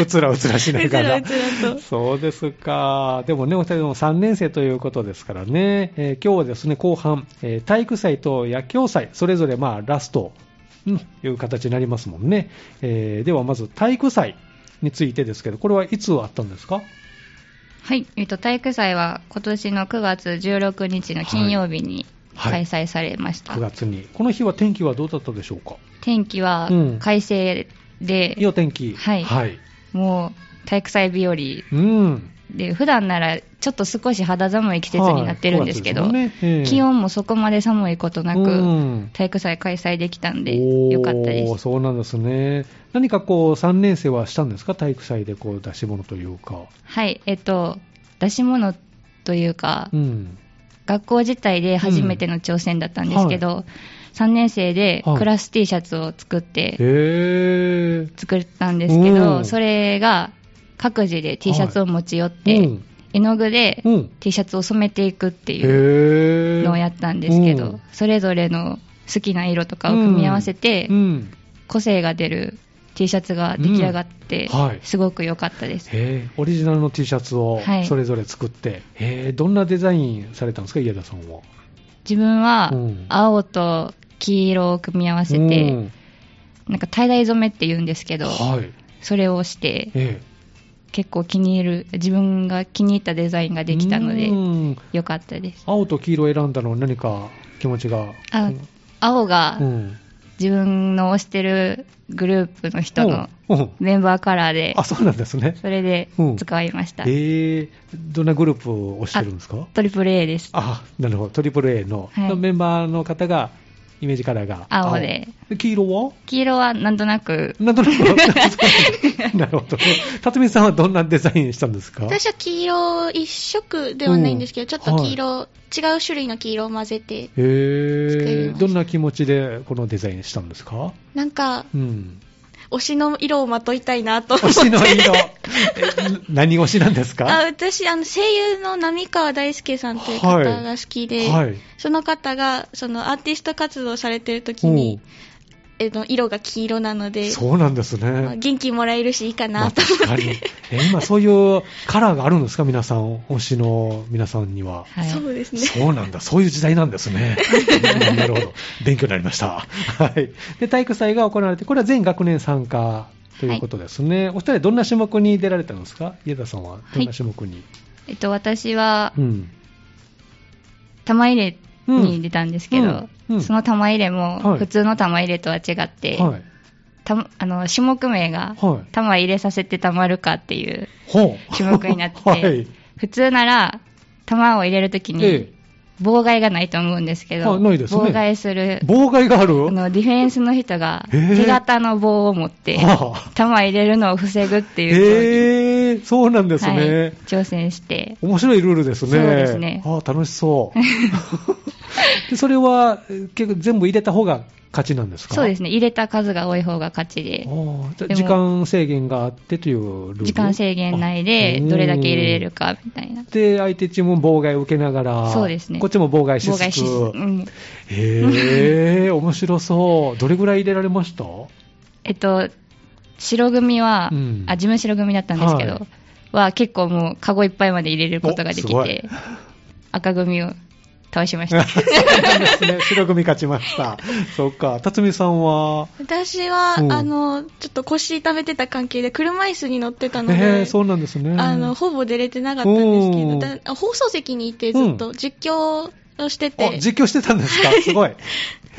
Speaker 1: うつらうつらしながら。
Speaker 2: うつらうつらと
Speaker 1: そうですか。でもね、お二人とも3年生ということですからね、えー今日はですね、後半、えー体育祭と野球祭、それぞれまあラスト、うん、いう形になりますもんね。えーではまず体育祭についてですけど、これはいつあったんですか
Speaker 5: はい、えっと、体育祭は今年の9月16日の金曜日に
Speaker 1: はい
Speaker 5: 開催されました。
Speaker 1: ?9 月に。この日は天気はどうだったでしょうか
Speaker 5: 天気は
Speaker 1: うん
Speaker 5: 快晴で
Speaker 1: いい、お天気。
Speaker 5: はい
Speaker 1: はい。
Speaker 5: もう体育祭日和
Speaker 1: うん。
Speaker 5: で、普段ならちょっと少し肌寒い季節になってるんですけど、
Speaker 1: はい九月ですもんねええ
Speaker 5: 気温もそこまで寒いことなく、
Speaker 1: うん
Speaker 5: 体育祭開催できたんで、
Speaker 1: お
Speaker 5: よかったで
Speaker 1: ー
Speaker 5: す。
Speaker 1: そうなんですね。何かこう、3年生はしたんですか体育祭でこう出し物というか。
Speaker 5: はい、えっと、出し物というか、
Speaker 1: うん。
Speaker 5: 学校自体で初めての挑戦だったんですけど、3年生で
Speaker 1: はい
Speaker 5: クラス T シャツを作って、
Speaker 1: へー。
Speaker 5: 作ったんですけ
Speaker 1: うん
Speaker 5: ど、それが各自で T シャツを持ち寄って、
Speaker 1: うん
Speaker 5: 絵の具で
Speaker 1: うん
Speaker 5: T シャツを染めていくっていう
Speaker 1: へ
Speaker 5: のをや
Speaker 1: っ
Speaker 5: ったんですけど、
Speaker 1: うん
Speaker 5: それぞれの好きな色とかを組み合わせて、
Speaker 1: うん。
Speaker 5: 個性が出る T シャツが出来上がって、
Speaker 1: うんはい
Speaker 5: すごく良かったです。
Speaker 1: へーオリジナルの T シャツを
Speaker 5: はい
Speaker 1: それぞれ作って、へーどんなデザインされたんですか、家田さんは。
Speaker 5: 自分は
Speaker 1: うん
Speaker 5: 青と黄色を組み合わせて、
Speaker 1: うん
Speaker 5: なんかtieイ染めって言うんですけど、
Speaker 1: はい。
Speaker 5: それをして、
Speaker 1: ええ
Speaker 5: 結構気に入る、自分が気に入ったデザインができたので
Speaker 1: う、ん
Speaker 5: 良かったです。
Speaker 1: 青と黄色選んだのは何か気持ちが。
Speaker 5: あ青が
Speaker 1: うん。
Speaker 5: 自分の推してるグループの人の
Speaker 1: うんうん
Speaker 5: メンバーカラーで
Speaker 1: あ、、そうなんですね。
Speaker 5: それで
Speaker 1: うん
Speaker 5: 使いました。
Speaker 1: えー、どんなグループをしてるんですか
Speaker 5: トリプル A です。
Speaker 1: あなるほど、トリプル a の,、
Speaker 5: はい
Speaker 1: メンバーの方が、イメージカラーが
Speaker 5: 青で
Speaker 1: 青黄色は
Speaker 5: 黄色はなんとなく、
Speaker 1: なんとな く、なるほど、辰巳さんはどんなデザインしたんですか
Speaker 4: 私は黄色一色ではないんですけ
Speaker 1: う
Speaker 4: ど、
Speaker 1: ん
Speaker 4: ちょっと黄色、違う種類の黄色を混ぜて、
Speaker 1: へ
Speaker 4: 作り
Speaker 1: ー
Speaker 4: ました
Speaker 1: どんな気持ちでこのデザインしたんですか、
Speaker 4: なんか、
Speaker 1: うん、
Speaker 4: 推しの色をまといたいなと思
Speaker 1: 推
Speaker 4: って。
Speaker 1: しの色、え何推しなんですか
Speaker 4: あ私あの、声優の浪川大輔さんという
Speaker 1: は
Speaker 4: 方
Speaker 1: い
Speaker 4: が好きで、
Speaker 1: はい
Speaker 4: その方がそのアーティスト活動されてる時に、えっと色が黄色なの
Speaker 1: お
Speaker 4: で、
Speaker 1: そうなんですね。
Speaker 4: まあ元気もらえるしいいか
Speaker 1: まあ
Speaker 4: なと
Speaker 1: 確
Speaker 4: 思
Speaker 1: か
Speaker 4: っ
Speaker 1: に
Speaker 4: て、。
Speaker 1: え今そういうカラーがあるんですか皆さん、推しの皆さんには。
Speaker 5: はい、
Speaker 4: そうですね。
Speaker 1: そうなんだ、そういう時代なんです ね。うんなるほど、勉強になりました。はい。で、体育祭が行われて、これは全学年参加ということですね。お二人、どんな種目に出られたんですか家田さんは、どんな種目に、
Speaker 5: えっと、私は
Speaker 1: うん。
Speaker 5: 玉入れに出たんですけど、
Speaker 1: うんうん
Speaker 5: その玉入れ
Speaker 1: は
Speaker 5: も
Speaker 1: い
Speaker 5: 普通の玉入れとは違って、
Speaker 1: はい。
Speaker 5: たあの種目名が
Speaker 1: はい
Speaker 5: 玉入れさせてたまるかっていう
Speaker 1: ほう。
Speaker 5: 種目になって、
Speaker 1: はい。
Speaker 5: 普通なら玉を入れるときに
Speaker 1: え
Speaker 5: 妨害がないと思うんですけど、
Speaker 1: あないですね
Speaker 5: 妨害する
Speaker 1: え。妨害がある
Speaker 5: あのディフェンスの人が
Speaker 1: えー
Speaker 5: 手形の棒を持って、
Speaker 1: はあ
Speaker 5: 玉入れるのを防ぐって
Speaker 1: え
Speaker 5: いう
Speaker 1: ー、そうなん
Speaker 5: 競
Speaker 1: です
Speaker 5: 技、
Speaker 1: ね。
Speaker 5: はい、挑戦して、
Speaker 1: 面白いルールですね。
Speaker 5: そうですね
Speaker 1: ああ、楽し そう。でそれは、え結構全部入れた方が勝ちなんですか
Speaker 5: そうです
Speaker 1: ね。
Speaker 5: ね、入れた数が多い方が勝ちで
Speaker 1: あ、あじゃあ
Speaker 5: でも
Speaker 1: 時間制限があってというルール
Speaker 5: 時間制限内で
Speaker 1: あ
Speaker 5: どれだけ入れれるかみたいな。
Speaker 1: で、相手チームも妨害を受けながら、
Speaker 5: そうですね。
Speaker 1: こっちも妨害しつつ。
Speaker 5: 妨害しつつうん。
Speaker 1: へえ、面白そう。どれぐらい入れられま した
Speaker 5: えっと、白組は、
Speaker 1: うん
Speaker 5: あ、自分白組だったんですけど、
Speaker 1: はい
Speaker 5: は結構もう、カゴいっぱいまで入れることができ
Speaker 1: おすごい
Speaker 5: て、赤組を倒し ました。
Speaker 1: そうなんですね。白組勝ちま した。そっか。辰巳さんは、
Speaker 4: 私は、
Speaker 1: うん
Speaker 4: あの、ちょっと腰痛めてた関係で車椅子に乗ってたの
Speaker 1: へ
Speaker 4: で、
Speaker 1: え、そうなんですね。
Speaker 4: あの、ほぼ出れてなかったんです
Speaker 1: お
Speaker 4: け
Speaker 1: ー
Speaker 4: どだ、放送席にいてずっと実況をして
Speaker 1: あ
Speaker 4: て、
Speaker 1: 実況してたんですかすご い。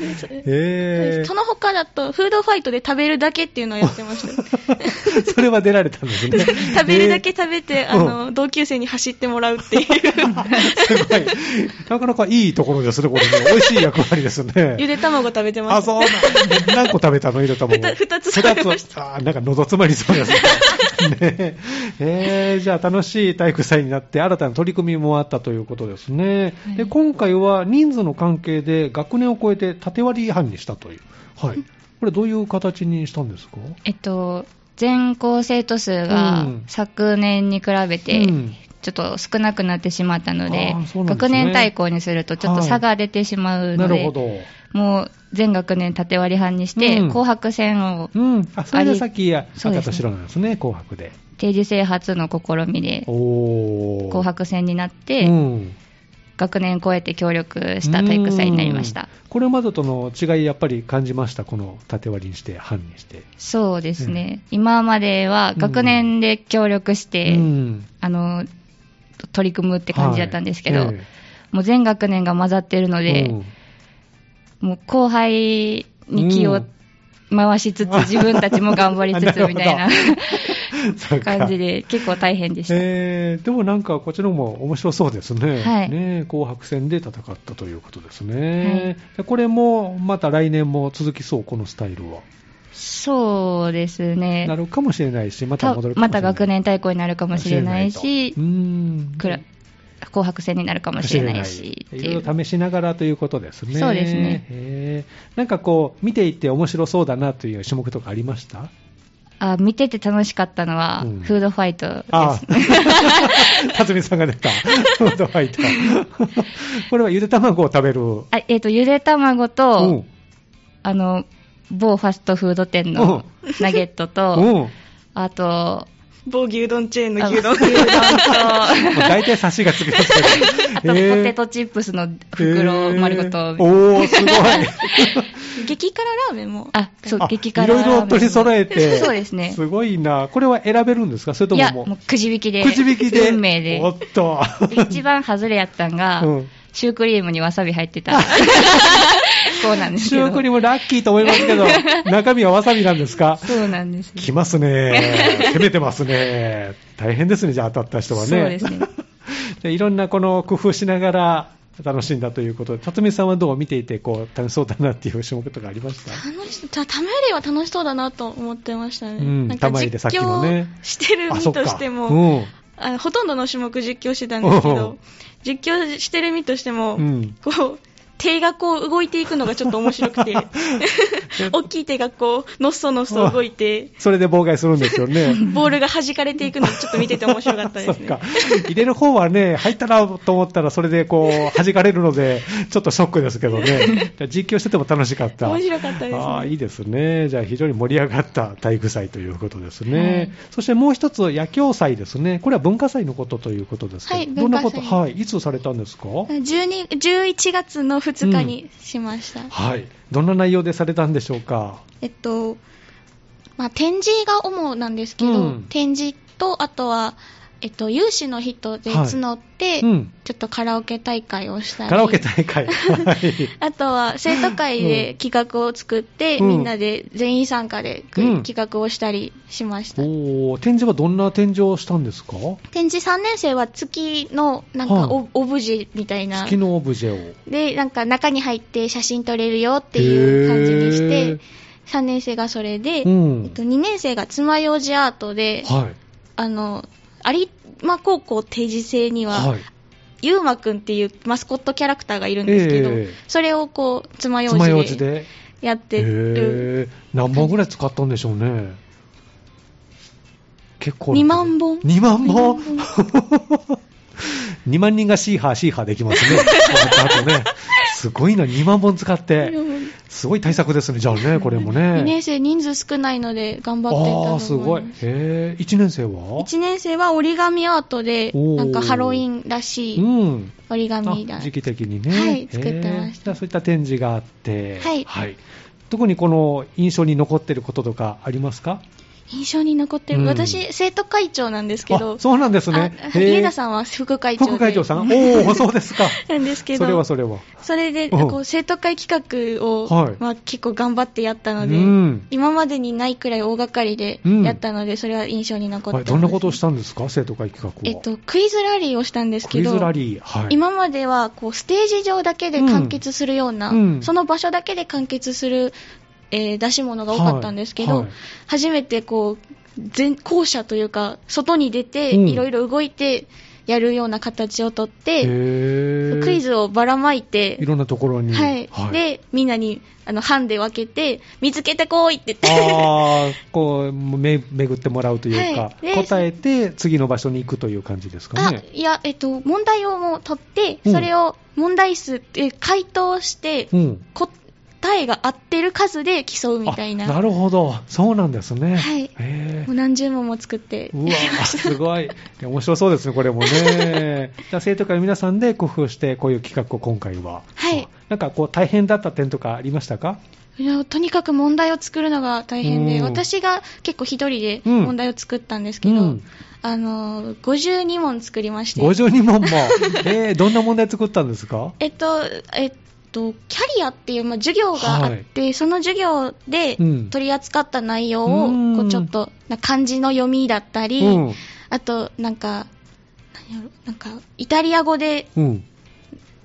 Speaker 1: へえ。
Speaker 4: その他だと、フードファイトで食べるだけっていうのをやってました。
Speaker 1: それは出られたんですね。
Speaker 4: 食べるだけ食べて、
Speaker 1: うん
Speaker 4: あの、同級生に走ってもらうっていう、
Speaker 1: すごい。 なかなかいいところですね、これね。美味しい役割です
Speaker 4: ゆ
Speaker 1: ね。
Speaker 4: で卵食べてま
Speaker 1: あ、
Speaker 4: した。
Speaker 1: そうなん何個食べたの入れたもん。
Speaker 4: ふた二つ食べま
Speaker 1: した。あーなんか喉詰まりそうですね。ねえーじゃあ楽しい体育祭になって新たな取り組みもあったということですね。で、今回は人数の関係で学年を超えて縦割り違反にしたという。はい。これどういう形にしたんですか
Speaker 5: えっと、全校生徒数が
Speaker 1: うん
Speaker 5: 昨年に比べて、
Speaker 1: うん
Speaker 5: ちょっと少なくなってしまったの
Speaker 1: あーそ
Speaker 5: で
Speaker 1: うなんですね
Speaker 5: 学年対抗にするとちょっと差が出てしまう
Speaker 1: なる
Speaker 5: ので、
Speaker 1: ほど。
Speaker 5: もう全学年縦割り班にして、
Speaker 1: うん
Speaker 5: 紅白戦を
Speaker 1: うん。あ、それでさっき
Speaker 5: そ
Speaker 1: 赤
Speaker 5: うですね
Speaker 1: と白なんですね、紅白で。
Speaker 5: 定時制初の試みで
Speaker 1: おー。
Speaker 5: 紅白戦になって、
Speaker 1: うん
Speaker 5: 学年超えて協力した体育祭になりまし
Speaker 1: うん
Speaker 5: た。
Speaker 1: これまでとの違いやっぱり感じましたこの縦割りにして班にして、
Speaker 5: そうですね、今までは学年で協力して、
Speaker 1: うん
Speaker 5: あの取り組むって感じだったんですけど、
Speaker 1: はいえ
Speaker 5: もう全学年が混ざってるの
Speaker 1: え
Speaker 5: で、
Speaker 1: うん
Speaker 5: もう後輩に気を回しつつ、自分たちも頑張り つ
Speaker 1: なるほど
Speaker 5: つみたいな
Speaker 1: そっか
Speaker 5: 感じで、結構大変でした。
Speaker 1: えーでもなんかこっちの方も面白そうですね,、
Speaker 5: はい
Speaker 1: ねえ紅白戦で戦ったということですね、でこれもまた来年も続きそうこのスタイルは、
Speaker 5: そうですね
Speaker 1: なるかもしれないしまた
Speaker 5: た
Speaker 1: 戻るかもし
Speaker 5: ま
Speaker 1: れな
Speaker 5: た
Speaker 1: い
Speaker 5: 学年対抗になるかもしれないし
Speaker 1: かも、れないとうん
Speaker 5: くら紅白戦になるかもしれないしって
Speaker 1: い
Speaker 5: いう
Speaker 1: ろいろ試しながらということですね。
Speaker 5: そうですね
Speaker 1: へー。なんかこう、見ていて面白そうだなという種目とかありました
Speaker 5: あ見てて楽しかったのは、
Speaker 1: うん
Speaker 5: フードファイトで
Speaker 1: あ
Speaker 5: すね。
Speaker 1: あ、辰巳さんが出た。フードファイタ ー。これはゆで卵を食べる。
Speaker 5: あえっ、と、ゆで卵
Speaker 1: う
Speaker 5: と、
Speaker 1: ん
Speaker 5: あの、某ファストフード店のナゲットと、
Speaker 1: うん。
Speaker 5: あと、
Speaker 4: 某牛丼チェーン
Speaker 5: あ
Speaker 4: の
Speaker 5: の
Speaker 4: 牛丼。
Speaker 5: 牛丼と、あ
Speaker 1: まあ大体差しがつきますけど。
Speaker 5: とポテトチップスの袋を丸ご
Speaker 1: え
Speaker 5: と
Speaker 1: ー、おー、 すごい。
Speaker 4: 激辛ラーメンも。
Speaker 5: あ、そう
Speaker 1: あ、
Speaker 5: 激辛
Speaker 1: いろいろ取り揃えて。
Speaker 5: そうですね。
Speaker 1: すごいな。これは選べるんですかそれと
Speaker 5: い
Speaker 1: も
Speaker 5: や、
Speaker 1: もう
Speaker 5: もうくじ引きで。
Speaker 1: くじ引きで。
Speaker 5: 運命で
Speaker 1: お。っと。
Speaker 5: で一番外れやったんが、
Speaker 1: うん
Speaker 5: シュークリームにわさび入っ てた。そうなんです
Speaker 1: シ
Speaker 5: けど。
Speaker 1: ュークリームラッキーと思いますけ ど、中身はわさびなんですか
Speaker 5: そうなんですよ。
Speaker 1: 来ますね。攻めてますね。大変ですね、じゃあ当たった人はね。
Speaker 5: そうですね
Speaker 1: でいろんなこの工夫しながら楽しんだということで、辰巳さんはどう見ていてこう楽しそうだなっていう種目とかありました
Speaker 4: 楽し、たたまよりは楽しそうだなと思ってましたね。
Speaker 1: うん
Speaker 4: なんか
Speaker 1: 玉入れさっきもね
Speaker 4: 実況してる
Speaker 1: あ、
Speaker 4: 身
Speaker 1: そっ
Speaker 4: と
Speaker 1: か。
Speaker 4: しても、
Speaker 1: うん。
Speaker 4: あほとんどの種目実況してたんですけ
Speaker 1: おうおう
Speaker 4: ど、実況してる身としても、
Speaker 1: うん
Speaker 4: こう、手がこう動いていくのがちょっと面 白くて、大きい手がこう、のっそのっそ動いて、
Speaker 1: それで妨害するんですよね。
Speaker 4: ボールが弾かれていくのちょっと見てて面白かったですね。
Speaker 1: そっか。入れる方はね、入ったなと思ったら、それでこう、弾かれるので、ちょっとショックですけど ね。じゃあ実況してても楽しかった。
Speaker 4: 面白かったですね
Speaker 1: ああ、いいですね。じゃあ非常に盛り上がった体育祭ということですね。
Speaker 5: はい
Speaker 1: そしてもう一つ、野球祭ですね。これは文化祭のことということですけど、
Speaker 4: はい
Speaker 1: どんなこと、
Speaker 4: 文化祭
Speaker 1: はい、いつされたんですか
Speaker 4: 12 11月の2日にしました。
Speaker 1: はい。どんな内容でされたんでしょうか
Speaker 4: えっと、まあ、展示が主なんですけど、
Speaker 1: うん
Speaker 4: 展示と、あとは、えっと、有志の人で募って、
Speaker 1: うん。
Speaker 4: ちょっとカラオケ大会をしたり。
Speaker 1: カラオケ大 会。はい。
Speaker 4: あとは生徒会で企画を作って、
Speaker 1: うん
Speaker 4: みんなで全員参加でく、
Speaker 1: うん
Speaker 4: 企画をしたりしました。
Speaker 1: おー展示はどんな展示をしたんですか
Speaker 4: 展示3年生は月のなんか
Speaker 1: はい
Speaker 4: オ,、ブジェみたいな
Speaker 1: 月。のオブジェを。
Speaker 4: で、なんか中に入って写真撮れるよっていう感じにして、3年生がそれで、
Speaker 1: うん
Speaker 4: えっと、2年生が爪楊枝アートで、
Speaker 1: はい。
Speaker 4: あの、有馬高校定時制には、
Speaker 1: はい。
Speaker 4: ゆうまくんっていうマスコットキャラクターがいるんですけど、
Speaker 1: ええ
Speaker 4: それをこう、爪楊
Speaker 1: 爪楊
Speaker 4: 枝
Speaker 1: 枝
Speaker 4: で
Speaker 1: で。
Speaker 4: やってる。
Speaker 1: へー何本ぐらい使ったんでしょうね。結構な。
Speaker 4: 2万本
Speaker 1: 2万本 ?2 万人がシーハー、シーハーできますね。あとね。すごいな、2万本使って。すごい対策ですね、じゃあね、これもね。
Speaker 4: 2年生人数少ないので頑張っていたと思い
Speaker 1: ああ
Speaker 4: ま
Speaker 1: ー、
Speaker 4: す。
Speaker 1: すごい。へー1年生は
Speaker 4: 1年生は折り紙アートで、
Speaker 1: おー
Speaker 4: なんかハロウィンらしい
Speaker 1: うん。
Speaker 4: 折り紙だ。
Speaker 1: あ時期的にね、
Speaker 4: はい作ってました
Speaker 1: へーじゃあそういった展示があって、
Speaker 4: はい
Speaker 1: 特にこの印象に残ってることとかありますか
Speaker 4: 印象に残ってる。
Speaker 1: うん
Speaker 4: 私、生徒会長なんですけど、
Speaker 1: あそうなんですね
Speaker 4: あ
Speaker 1: へー
Speaker 4: 家田さんは副会長で。
Speaker 1: 副会 長さんおお、そうですか。
Speaker 4: なんですけど、
Speaker 1: それはそれは。
Speaker 4: それで、
Speaker 1: うん
Speaker 4: こう生徒会企画を、
Speaker 1: はい
Speaker 4: まあ、結構頑張ってやったので、
Speaker 1: うん
Speaker 4: 今までにないくらい大掛かりで
Speaker 1: うん
Speaker 4: やったので、それは印象に残って
Speaker 1: は
Speaker 4: ま
Speaker 1: い、
Speaker 4: す。
Speaker 1: どんなことをしたんですか生徒会企画
Speaker 4: え
Speaker 1: は。
Speaker 4: っと、クイズラリーをしたんです
Speaker 1: ク
Speaker 4: け
Speaker 1: イ
Speaker 4: ど、
Speaker 1: ズラリー。はい。
Speaker 4: 今まではこうステージ上だけで完結するような、
Speaker 1: うんうん
Speaker 4: その場所だけで完結する、えー出し物が多かったんですけど、
Speaker 1: はいはい
Speaker 4: 初めてこう全校舎というか外に出て、
Speaker 1: うん
Speaker 4: いろいろ動いてやるような形をとっ
Speaker 1: へ
Speaker 4: て、
Speaker 1: ー
Speaker 4: クイズをばらまいて
Speaker 1: いろんなところに。
Speaker 4: はい。で、みんなに、あの、班で分けて、見つけてこいって言って。
Speaker 1: ああ、こう、め、巡ってもらうというか、
Speaker 4: はいで
Speaker 1: 答えて、次の場所に行くという感じですか
Speaker 4: あ
Speaker 1: ね。、
Speaker 4: いや、えっと、問題をもう取って、
Speaker 1: うん
Speaker 4: それを問題数って回答して、
Speaker 1: うん。
Speaker 4: 答えが合ってる数で競うみたいな。
Speaker 1: あなるほど。そうなんですね。
Speaker 4: はい
Speaker 1: へー
Speaker 4: もう何十問も作って。
Speaker 1: うわすごい。いや面白そうですね、これも ね。じゃあ、生徒会の皆さんで工夫して、こういう企画を今回は。
Speaker 4: はい
Speaker 1: なんかこう、大変だった点とかありましたか
Speaker 4: いやとにかく問題を作るのが大変で、
Speaker 1: うん
Speaker 4: 私が結構一人で
Speaker 1: うん
Speaker 4: 問題を作ったんですけど、
Speaker 1: うん
Speaker 4: あの、52問作りまして。
Speaker 1: 52問も。えー、どんな問題作ったんですか
Speaker 4: えっと、えっと、キャリアっていう、まあ、授業があって、その授業で
Speaker 1: うん
Speaker 4: 取り扱った内容を、
Speaker 1: うん
Speaker 4: こうちょっと、な漢字の読みだったり、
Speaker 1: うん。
Speaker 4: あと、なんか、何やろ、なんか、イタリア語で、
Speaker 1: うん。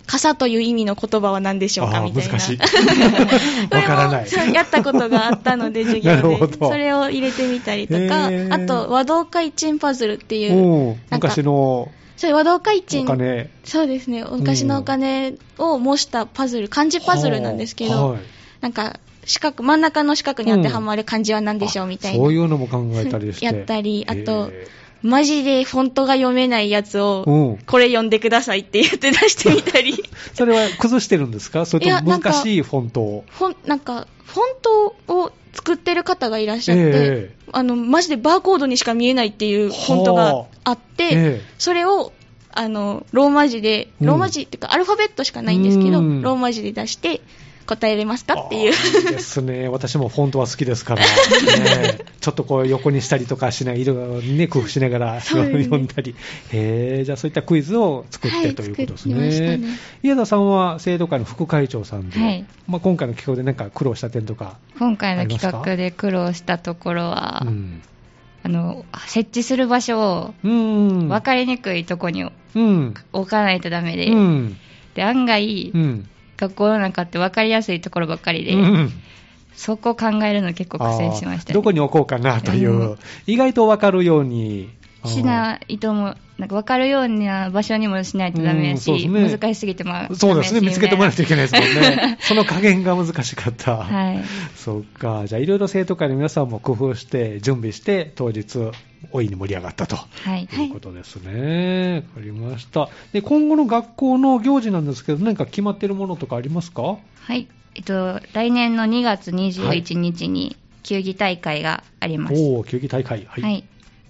Speaker 4: 傘という意味の言葉は何でしょうか
Speaker 1: あ
Speaker 4: み
Speaker 1: ー
Speaker 4: たいな。
Speaker 1: 難しい。
Speaker 4: これ
Speaker 1: わ
Speaker 4: も
Speaker 1: からない。
Speaker 4: そうやったことがあったので、授業
Speaker 1: なるほ
Speaker 4: で。
Speaker 1: ど
Speaker 4: それを入れてみたりとか
Speaker 1: へ、ー
Speaker 4: あと、和道会チンパズルっていう、
Speaker 1: うん
Speaker 4: なんか
Speaker 1: 昔の
Speaker 4: それ和道会
Speaker 1: お
Speaker 4: 賃
Speaker 1: 金
Speaker 4: そうですね昔のお金を模したパズル漢字パズルなんですけど、
Speaker 1: はい
Speaker 4: なんか四角真ん中の四角に当てはまる漢字は何でしょうみたいな、
Speaker 1: そういうのも考えたりして
Speaker 4: やったりあと
Speaker 1: へ
Speaker 4: マジでフォントが読めないやつ
Speaker 1: う
Speaker 4: を
Speaker 1: ん
Speaker 4: これ読んでくださいって言って出してみたり
Speaker 1: ーそれは崩してるんですかそれ
Speaker 4: い
Speaker 1: と
Speaker 4: や
Speaker 1: も
Speaker 4: なんか
Speaker 1: 難しいフォントを
Speaker 4: フォンなんかフォントを作ってる方がいらっしゃって、
Speaker 1: ええ
Speaker 4: あのマジでバーコードにしか見えないっていうフォントがあって、
Speaker 1: ええ
Speaker 4: それをあのローマ字で
Speaker 1: うん
Speaker 4: ローマ字っていうかアルファベットしかないんですけど、
Speaker 1: うん
Speaker 4: ローマ字で出して答えれますかっていう
Speaker 1: あーいいですね。私もフォントは好きですから、ね、ちょっとこう横にしたりとかしない、色をね、工夫しながら、 読んだり。へえ、じゃあそういったクイズを作って、
Speaker 3: はい
Speaker 1: ということです
Speaker 3: 作りました
Speaker 1: ね
Speaker 3: ね。
Speaker 1: 家田さんは生徒会の副会長さんで、
Speaker 5: はい
Speaker 1: まあ、今回の企画でなんか苦労した点とか。
Speaker 5: 今
Speaker 1: あ
Speaker 5: 回の
Speaker 1: りますか
Speaker 5: 企画で苦労したところは、
Speaker 1: うん。
Speaker 5: あの設置する場所を
Speaker 1: うん。
Speaker 5: 分かりにくいとこに
Speaker 1: うん。
Speaker 5: 置かないとダメで、
Speaker 1: うん。
Speaker 5: で案外、
Speaker 1: うん。
Speaker 5: 学校の中って分かりやすいところばっかりで、
Speaker 1: うん
Speaker 5: そこ考えるの結構苦戦しまし
Speaker 1: あー
Speaker 5: た、ね、
Speaker 1: どこに置こうかなという、
Speaker 5: うん
Speaker 1: 意外と分かるように。
Speaker 5: しないとも、なんか分かるような場所にもしないとダメやし、
Speaker 1: うんそうですね
Speaker 5: 難しすぎてもダメや し
Speaker 1: そうですね、見つけてもらわないといけないですもんね。その加減が難しかった。
Speaker 5: はい。
Speaker 1: そうか、じゃあいろいろ生徒会の皆さんも工夫して、準備して、当日、大いに盛り上がったと。
Speaker 5: はい。
Speaker 1: いうことですね。わかりました。で、今後の学校の行事なんですけど、何か決まってるものとかありますか
Speaker 5: はい。えっと、来年の2月21日に球技大会があります。
Speaker 1: おお、球技大会。は
Speaker 5: はい、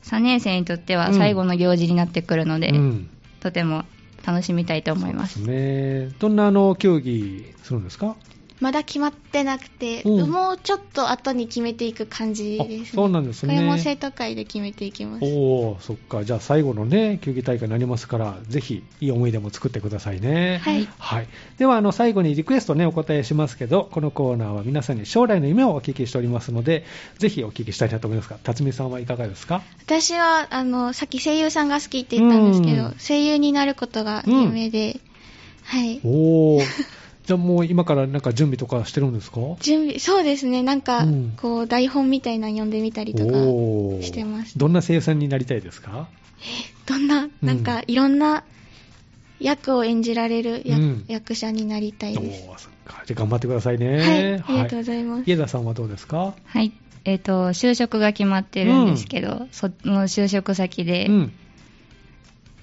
Speaker 5: 3年生にとって
Speaker 1: う
Speaker 5: は
Speaker 1: ん
Speaker 5: 最後の行事になってくるので、
Speaker 1: うん。
Speaker 5: とても楽しみたいと思いま。
Speaker 1: ですすね。どんなあの、球技するんですか
Speaker 4: まだ決まってなくて、
Speaker 1: うん
Speaker 4: もうちょっと後に決めていく感じですね。
Speaker 1: あそうなんですね
Speaker 4: これも生徒会で決めていきます。
Speaker 1: おお、そっか。じゃあ最後のね、球技大会になりますから、ぜひ、いい思い出も作ってくださいね。
Speaker 5: はい。
Speaker 1: はい、ではあの最後にリクエストねお答えしますけどこのコーナーは皆さんに将来の夢をお聞きしておりますのでぜひお聞きしたいなと思いますが辰巳さんはいかがですか
Speaker 4: 私は、あの、さっき声優さんが好きって言ったんですけど、
Speaker 1: うん
Speaker 4: 声優になることが夢で、はい。
Speaker 1: おお じゃあもう今からなんか準備とかしてるんですか
Speaker 4: 準備、そうですね、なんか、
Speaker 1: うん
Speaker 4: こう、台本みたいなの読んでみたりとか、
Speaker 1: おー
Speaker 4: してます
Speaker 1: どんな声優さんになりたいですか
Speaker 4: どんな、なん
Speaker 1: うん
Speaker 4: か、いろんな役を演じられる役,、
Speaker 1: うん
Speaker 4: 役者になりたい
Speaker 1: お
Speaker 4: です。
Speaker 1: ーそっかじゃあ頑張ってください
Speaker 4: はい
Speaker 1: ね、
Speaker 4: ありがとうございます
Speaker 1: 家田さんはどうですか
Speaker 5: はい。えっと、就職が決まってるんですけど、その就職先で
Speaker 1: うん、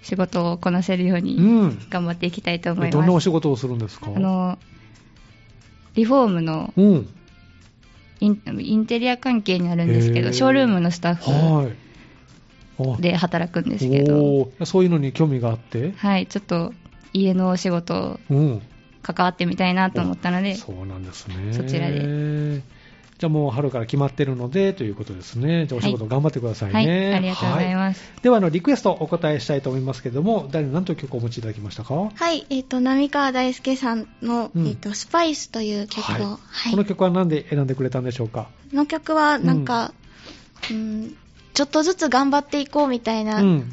Speaker 5: 仕事をこなせるよう
Speaker 1: う
Speaker 5: に
Speaker 1: ん、
Speaker 5: 頑張っていきたいと思
Speaker 1: え
Speaker 5: います。
Speaker 1: どんなお仕事をするんですか
Speaker 5: あの、リフォームの
Speaker 1: うん
Speaker 5: インインテリア関係になるんですけ
Speaker 1: へー
Speaker 5: ど、ショールームのスタッ
Speaker 1: はいあ
Speaker 5: フで働くんですけど、
Speaker 1: おーそういうのに興味があって、
Speaker 5: はい、ちょっと家のお仕事
Speaker 1: うん、
Speaker 5: 関わってみたいなと思ったので、
Speaker 1: そうなんですね。
Speaker 5: そちら
Speaker 1: で。じゃあもう春から決まってるのでということですね。じゃあお仕事
Speaker 5: はい
Speaker 1: 頑張ってください
Speaker 5: はい、
Speaker 1: ね。
Speaker 5: ありがとうござい
Speaker 1: は
Speaker 5: ます。
Speaker 1: ではあのリクエストお答えしたいと思いますけども、誰の何という曲をお持ちいただきましたか、
Speaker 4: はい、えっ、と、波川大輔さんの、
Speaker 1: うん
Speaker 4: えっ、と、スパイスという曲を、
Speaker 1: は
Speaker 4: はいい。
Speaker 1: この曲は何で選んでくれたんでしょうか。
Speaker 4: この曲はなんか、うんちょっとずつ頑張っていこうみたいな、
Speaker 1: うん。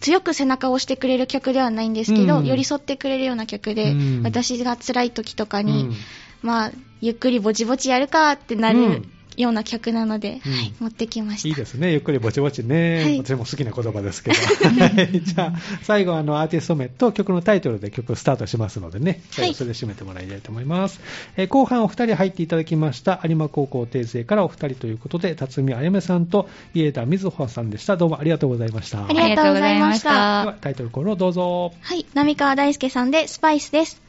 Speaker 4: 強く背中を押してくれる曲ではないんですけど、
Speaker 1: うん
Speaker 4: 寄り添ってくれるような曲で、
Speaker 1: うん
Speaker 4: 私が辛い時とか
Speaker 1: う
Speaker 4: に、
Speaker 1: ん
Speaker 4: まあゆっくりぼちぼちやるかってな
Speaker 1: う
Speaker 4: る
Speaker 1: ん
Speaker 4: ような曲なので、
Speaker 1: うん
Speaker 4: はい持ってきました
Speaker 1: いいですね。ゆっくりぼちぼちね。
Speaker 4: はい
Speaker 1: 私も好きな言葉です けど。はいじゃあ、最後、あの、アーティスト名と曲のタイトルで曲スタートしますのでね。
Speaker 4: はい
Speaker 1: それで締めてもらいたいと思います。えー後半お二人入っていただきました、有馬高校定生からお二人ということで、辰巳あやめさんと家田瑞穂さんでした。どうもありがとうございました。
Speaker 4: ありがとうございました
Speaker 5: ありがとうございま
Speaker 1: ではタイトルコールをどうぞ。
Speaker 4: はい、波川大輔さんでスパイスです。